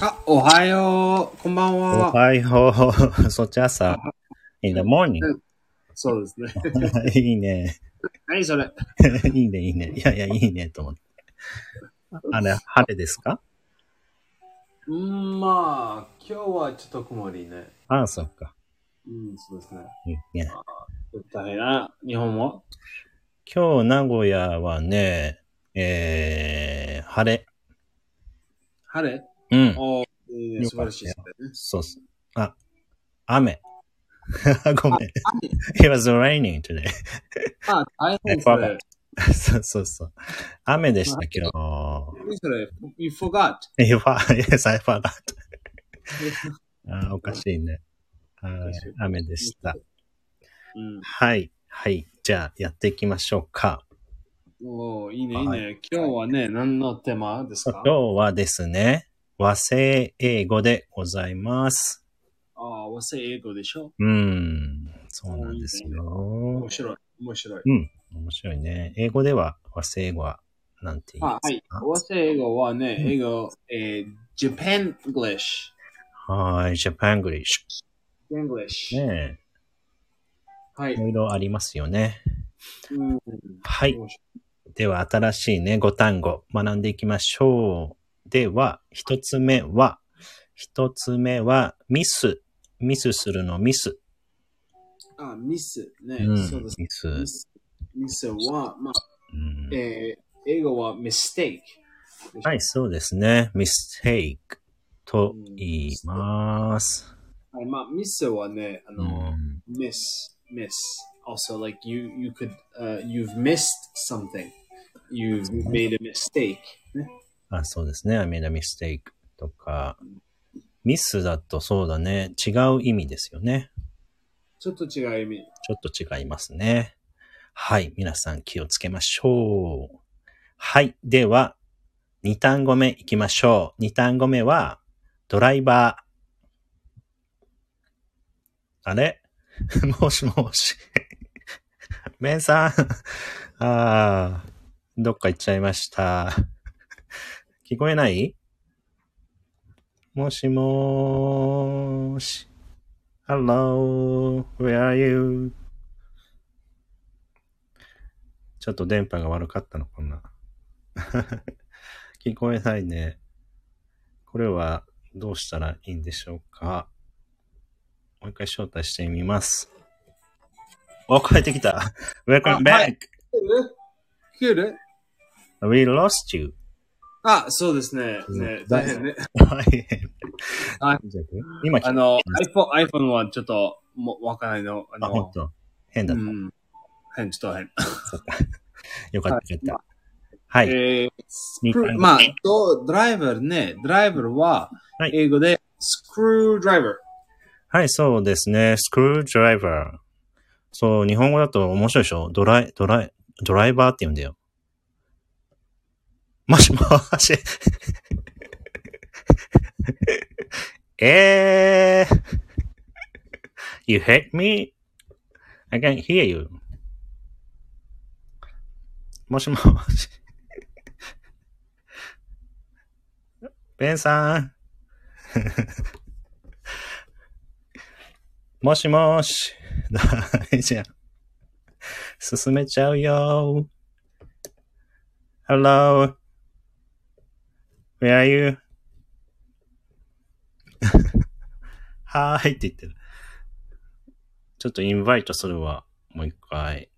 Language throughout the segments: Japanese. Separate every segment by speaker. Speaker 1: あ、おはよう。こんばん
Speaker 2: お
Speaker 1: は。
Speaker 2: はよう。 そっち朝。in the morning.
Speaker 1: そうですね。
Speaker 2: いいね。
Speaker 1: 何それ。
Speaker 2: いいね、いいね。いやいや、いいね、と思って。あれ、晴れですか
Speaker 1: うん、まあ、今日はちょっと曇りね。
Speaker 2: ああ、そっか。
Speaker 1: うん、そうですね。
Speaker 2: いいね
Speaker 1: 大変な、日本も。
Speaker 2: 今日、名古屋はね、えー、晴れ。
Speaker 1: 晴れ
Speaker 2: うん。
Speaker 1: おーいいね、
Speaker 2: よ
Speaker 1: 素晴
Speaker 2: かったよ
Speaker 1: らしいですね。
Speaker 2: そうそう。あ、雨。 ごめん。It was raining today.
Speaker 1: あ、大変そ
Speaker 2: パ
Speaker 1: れ。
Speaker 2: そうそうそう。雨 でした、今日。
Speaker 1: 何それ。You forgot.
Speaker 2: You for- yes, I forgot. あーおかしいね。はい
Speaker 1: おかしい
Speaker 2: 雨でした。
Speaker 1: うん。
Speaker 2: はい。はい。じゃあ、やっていきましょうか。
Speaker 1: おーいいね、いい
Speaker 2: はい
Speaker 1: ね。今日はね、何のテーマですか
Speaker 2: 今日はですね、和製英語でございます。
Speaker 1: ああ、和製英語でしょ
Speaker 2: うん。そうなんですよ
Speaker 1: 面。白い、面白い。
Speaker 2: 面白いね。英語では和製英語はなんて言い
Speaker 1: あ
Speaker 2: ま
Speaker 1: はい
Speaker 2: す。か
Speaker 1: 和製英語はね、
Speaker 2: うん
Speaker 1: 英語、えー、Japan English。
Speaker 2: はい。ジャパングリッシ
Speaker 1: English。
Speaker 2: ュ。ね
Speaker 1: は
Speaker 2: え。い
Speaker 1: い。
Speaker 2: ろいろありますよね。
Speaker 1: うん
Speaker 2: はい。では、新しいね、5単語、学んでいきましょう。では、一つ目は、一つ目は、ミス。ミスするのミス。
Speaker 1: あ、ミスね。
Speaker 2: うん
Speaker 1: そうです。
Speaker 2: ミス。
Speaker 1: ミスミスは、まあ、
Speaker 2: うん
Speaker 1: えー、英語は mistake。
Speaker 2: はい、そうですね。mistake と言います。
Speaker 1: はい。まあ、ミスはね、あの
Speaker 2: う、ん
Speaker 1: miss, miss. Also, like, you, you could, uh, you've missed something. You've made a mistake.
Speaker 2: あ、そうですね。I made a mistake とか。ミスだとそうだね。違う意味ですよね。
Speaker 1: ちょっと違う意味。
Speaker 2: ちょっと違いますね。はい。皆さん気をつけましょう。はい。では、2単語目いきましょう。2単語目は、ドライバー。あれ もしもし。 メンさん。 ああ、どっか行っちゃいました。 聞こえないもしもーし。Hello, where are you? ちょっと電波が悪かったのかな。 聞こえないね。これはどうしたらいいんでしょうかもう一回招待してみます。お、帰ってきた !Welcome
Speaker 1: あは聞
Speaker 2: back!、
Speaker 1: ける
Speaker 2: We lost you!
Speaker 1: あ、そうですね。ね
Speaker 2: うん
Speaker 1: 大変ね。
Speaker 2: 大変
Speaker 1: あ
Speaker 2: 今聞
Speaker 1: あ
Speaker 2: こ
Speaker 1: の、iPhone, iPhone はちょっと、もうわからないの。あ
Speaker 2: あ、ほん
Speaker 1: の、
Speaker 2: と。変
Speaker 1: う
Speaker 2: だった。
Speaker 1: ん。変、ちょっと変。
Speaker 2: よかった、よかった。はい。
Speaker 1: え
Speaker 2: 二
Speaker 1: ー
Speaker 2: 回、目
Speaker 1: まあ、ドドライバーね、ドライバーは
Speaker 2: はい、
Speaker 1: 英語で、スクルードライバー。
Speaker 2: はい、そうですね。スクルードライバー。そう、日本語だと面白いでしょドライ、ドライ、ドライバーって言うんだよ。もしもし。 えー。You hate me? I can't hear you. もしもし。ベンさん。もしもし。 大じゃん。進めちゃうよ。Hello. Where are you? はーいって言ってる。ちょっとインバイトするわ。もう一回。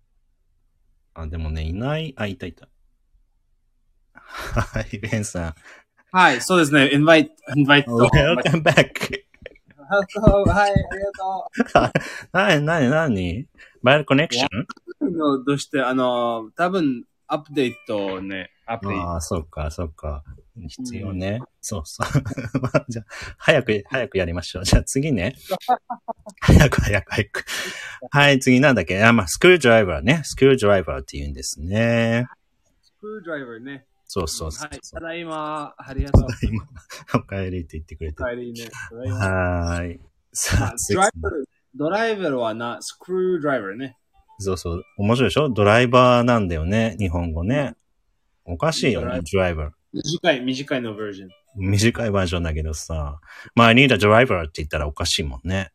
Speaker 2: あ、でもね、いない。あ、いたいた。はい、ベンさん。
Speaker 1: はい、そうですね。invite, invite と。
Speaker 2: Welcome back.
Speaker 1: はい、ありがと
Speaker 2: なになになにバイルコネクション
Speaker 1: う。のどうして、あの、多分アップデートをね、アップデート。
Speaker 2: ああ、そうか、そうか。必要ね。そうそう。 まあ、じゃあ、早く、早くやりましょう。じゃあ次 ね。早く、早く、早く。はい、次なんだっけあ、まあ、スクールドライバーね。スクールドライバーって言うんですね。
Speaker 1: スクールドライバーね。
Speaker 2: そうそうそう
Speaker 1: はい、
Speaker 2: そ
Speaker 1: た
Speaker 2: う。
Speaker 1: だいま、ありがとう。
Speaker 2: 今、お帰りって言ってくれて。は
Speaker 1: 帰りね。ただいま
Speaker 2: ーい。さあ、
Speaker 1: ド
Speaker 2: 次
Speaker 1: ライバー、ドライバーはな、スクルードライバーね。
Speaker 2: そうそう。面白いでしょドライバーなんだよね。日本語ね。おかしいよね、ドライバー。
Speaker 1: 短い、短いのバージョン。
Speaker 2: 短いバージョンだけどさ。まあ、I need a driver って言ったらおかしいもんね。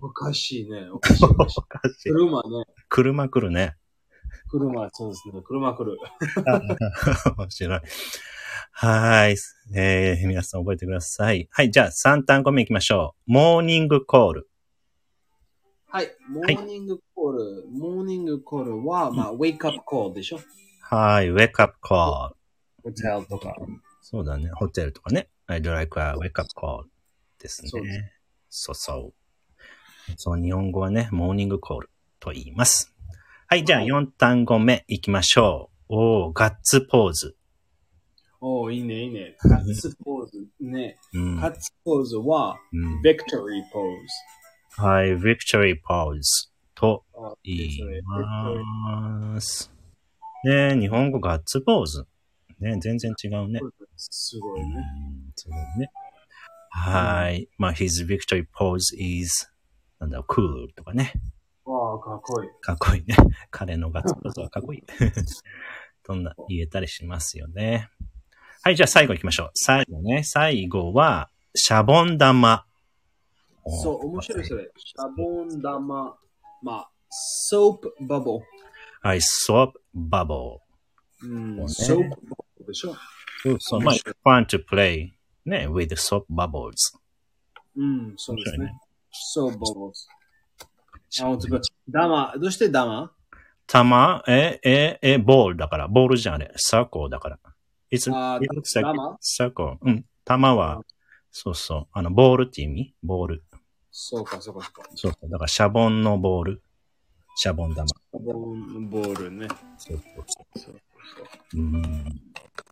Speaker 1: おかしいね。おかしい。おか しい
Speaker 2: しい
Speaker 1: 車ね。
Speaker 2: 車来るね。
Speaker 1: 車、そうですね。車来る。
Speaker 2: 面白い。はーい。えー、皆さん覚えてください。はい、じゃあ3単語目行きましょう。モーニングコール。
Speaker 1: はい。モーニングコール。モーニングコールは、まあ、ウェイクアップコールでしょ。
Speaker 2: はい、wake up call。
Speaker 1: ホテルとか。
Speaker 2: そうだね。ホテルとかね。はい、ドライクは wake up call ですね。
Speaker 1: そうです
Speaker 2: そうそう。そう、日本語はね、モーニングコールと言います。はい、じゃあ4単語目行きましょう。おー、ガッツポーズ。
Speaker 1: おーいいね、いいね。カッツポーズ。ね。
Speaker 2: うん
Speaker 1: カッツポーズは、
Speaker 2: うん
Speaker 1: ビクトリーポーズ。
Speaker 2: はい、victory pose と
Speaker 1: あ
Speaker 2: 言います。ねえ日本語ガッツポーズ。ね全然違うね。
Speaker 1: すごいうね。
Speaker 2: ん違うね。はい。まあ、his victory pose is, なんだろう、cool とかね。
Speaker 1: わあ、かっこいい。
Speaker 2: かっこいいね。 彼のガッツポーズはかっこい い。そんな言えたりしますよね。はい、じゃあ最後行きましょう。最後ね。最後は、シャボン玉。
Speaker 1: そう、面白いそれ。シャボン玉。まあ、ソープバブ
Speaker 2: はい、soap bubble。
Speaker 1: ル。うん、
Speaker 2: ね
Speaker 1: ソープバブルでしょ。
Speaker 2: そうそう。まあ、it's fun to play, ね、with soap bubbles.
Speaker 1: うん、そうです
Speaker 2: 面白い
Speaker 1: ね
Speaker 2: ね。
Speaker 1: ソープバブル。あ、本当だ。ダマ、どうしてダマ
Speaker 2: 玉、え、え、え、ボールだから。ボールじゃん、あれ。サーコーだから。it's,
Speaker 1: あー
Speaker 2: it looks like
Speaker 1: 玉
Speaker 2: サーコー。うん。玉は、そうそう。あの、ボールって意味ボール。
Speaker 1: そうか、そうか、そうか。
Speaker 2: そうそう。だから、シャボンのボール。シャボン玉。
Speaker 1: ボンボールね。
Speaker 2: そうそうそ
Speaker 1: そう
Speaker 2: う。うん。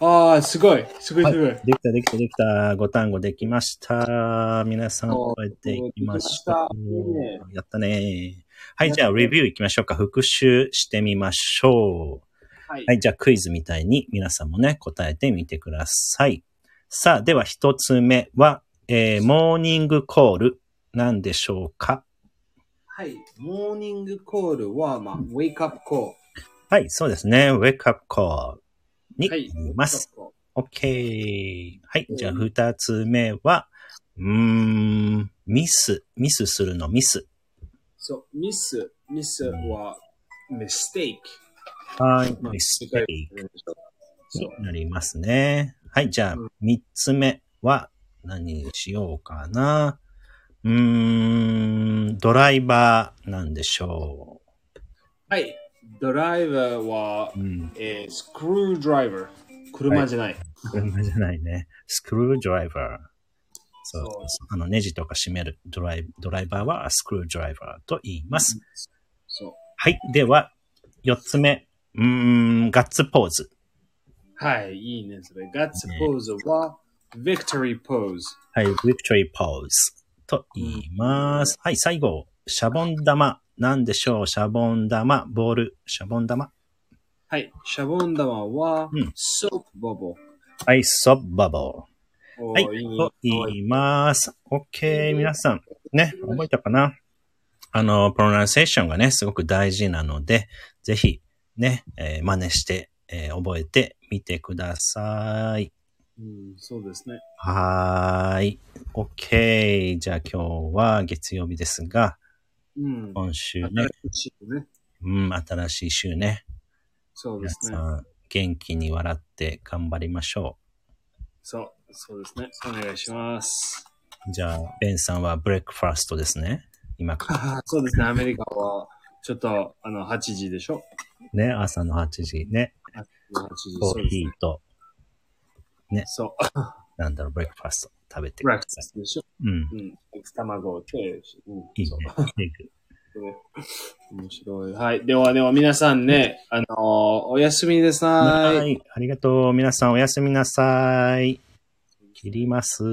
Speaker 1: ああ、すごい。すごい、すごい。
Speaker 2: できた、できた、できた。5単語できました。皆さん
Speaker 1: お
Speaker 2: 覚えていきました
Speaker 1: できましたいいね。
Speaker 2: やったね。はい、
Speaker 1: やっ
Speaker 2: じ
Speaker 1: た
Speaker 2: ゃあ、レビューいきましょうか。復習してみましょ。
Speaker 1: はいう
Speaker 2: は。い、じゃあ、クイズみたいに皆さんもね、答えてみてください。さあ、では一つ目は、えー、モーニングコール。なんでしょうか
Speaker 1: はい。モーニングコールは、まあ、ウェイクアップコ
Speaker 2: はい、そうですね。wake up call
Speaker 1: ール。は。
Speaker 2: にないります。。OK。はい。じゃあ、二つ目は、うーん、ミス。ミスするのミス。
Speaker 1: そう、ミス、ミスは、ミステイク。
Speaker 2: はい。
Speaker 1: まあ
Speaker 2: ミステイク
Speaker 1: そ
Speaker 2: に
Speaker 1: う。
Speaker 2: なりますね。はい。じゃあ
Speaker 1: う、
Speaker 2: 三つ目は、何にしようかな。うーん、ドライバーなんでしょ
Speaker 1: はい。ドライバーは
Speaker 2: う。う、ん。
Speaker 1: えー、スクルードライバー。車じゃない。
Speaker 2: 車じゃないね。スクルードライバー。そう
Speaker 1: そう
Speaker 2: あの、ネジとか締めるドライドライバーはスクルードライバーと言います。
Speaker 1: そう。
Speaker 2: はい。では、四つ目。うーん、ガッツポーズ。
Speaker 1: はい、いいね、それ。ガッツポーズは、ビクトリーポーズ。
Speaker 2: はい。victory pose と言います。はい。最後、シャボン玉。なんでしょうシャボン玉、ボール、シャボン玉。
Speaker 1: はい、シャボン玉は
Speaker 2: うん、
Speaker 1: ソープボボ。
Speaker 2: はい、ソッバボ
Speaker 1: お
Speaker 2: ー。
Speaker 1: ー
Speaker 2: はい、
Speaker 1: いいね
Speaker 2: と言います。OK、皆さん、ね、覚えたかなあの、プロナンセーションがね、すごく大事なので、ぜひ、ね、えー真似して、えー覚えてみてください。
Speaker 1: うん、そうですね。
Speaker 2: はーい。OK。じゃあ今日は月曜日ですが、
Speaker 1: うん。
Speaker 2: 今週ね、
Speaker 1: 新しいね。
Speaker 2: うん、新しい週ね。
Speaker 1: そうで
Speaker 2: 皆
Speaker 1: す
Speaker 2: さ
Speaker 1: ね。
Speaker 2: ん、元気に笑って頑張りましょ
Speaker 1: そう、そうですね。お願いします。
Speaker 2: う。じゃあ、ベンさんはブレックファーストですね。今か
Speaker 1: そうですね、アメリカは、ちょっと、あの、8時でしょ
Speaker 2: らね、朝の8時ね、
Speaker 1: 8時、
Speaker 2: コ
Speaker 1: そう
Speaker 2: ー
Speaker 1: です
Speaker 2: ヒー
Speaker 1: ね。
Speaker 2: と、
Speaker 1: そう。
Speaker 2: なんだろう、ブレックファースト食べて
Speaker 1: ブ
Speaker 2: く
Speaker 1: レッ
Speaker 2: だ
Speaker 1: クファ
Speaker 2: さ
Speaker 1: ーストでしょ
Speaker 2: い。うん。
Speaker 1: うん。卵をて、うん、
Speaker 2: いい
Speaker 1: そ
Speaker 2: ね
Speaker 1: う。
Speaker 2: エッグ
Speaker 1: 面白い。はい。ではでは皆さんね、あのーおやすみなさ。
Speaker 2: はいい。ありがとう。皆さんおやすみなさい。切ります。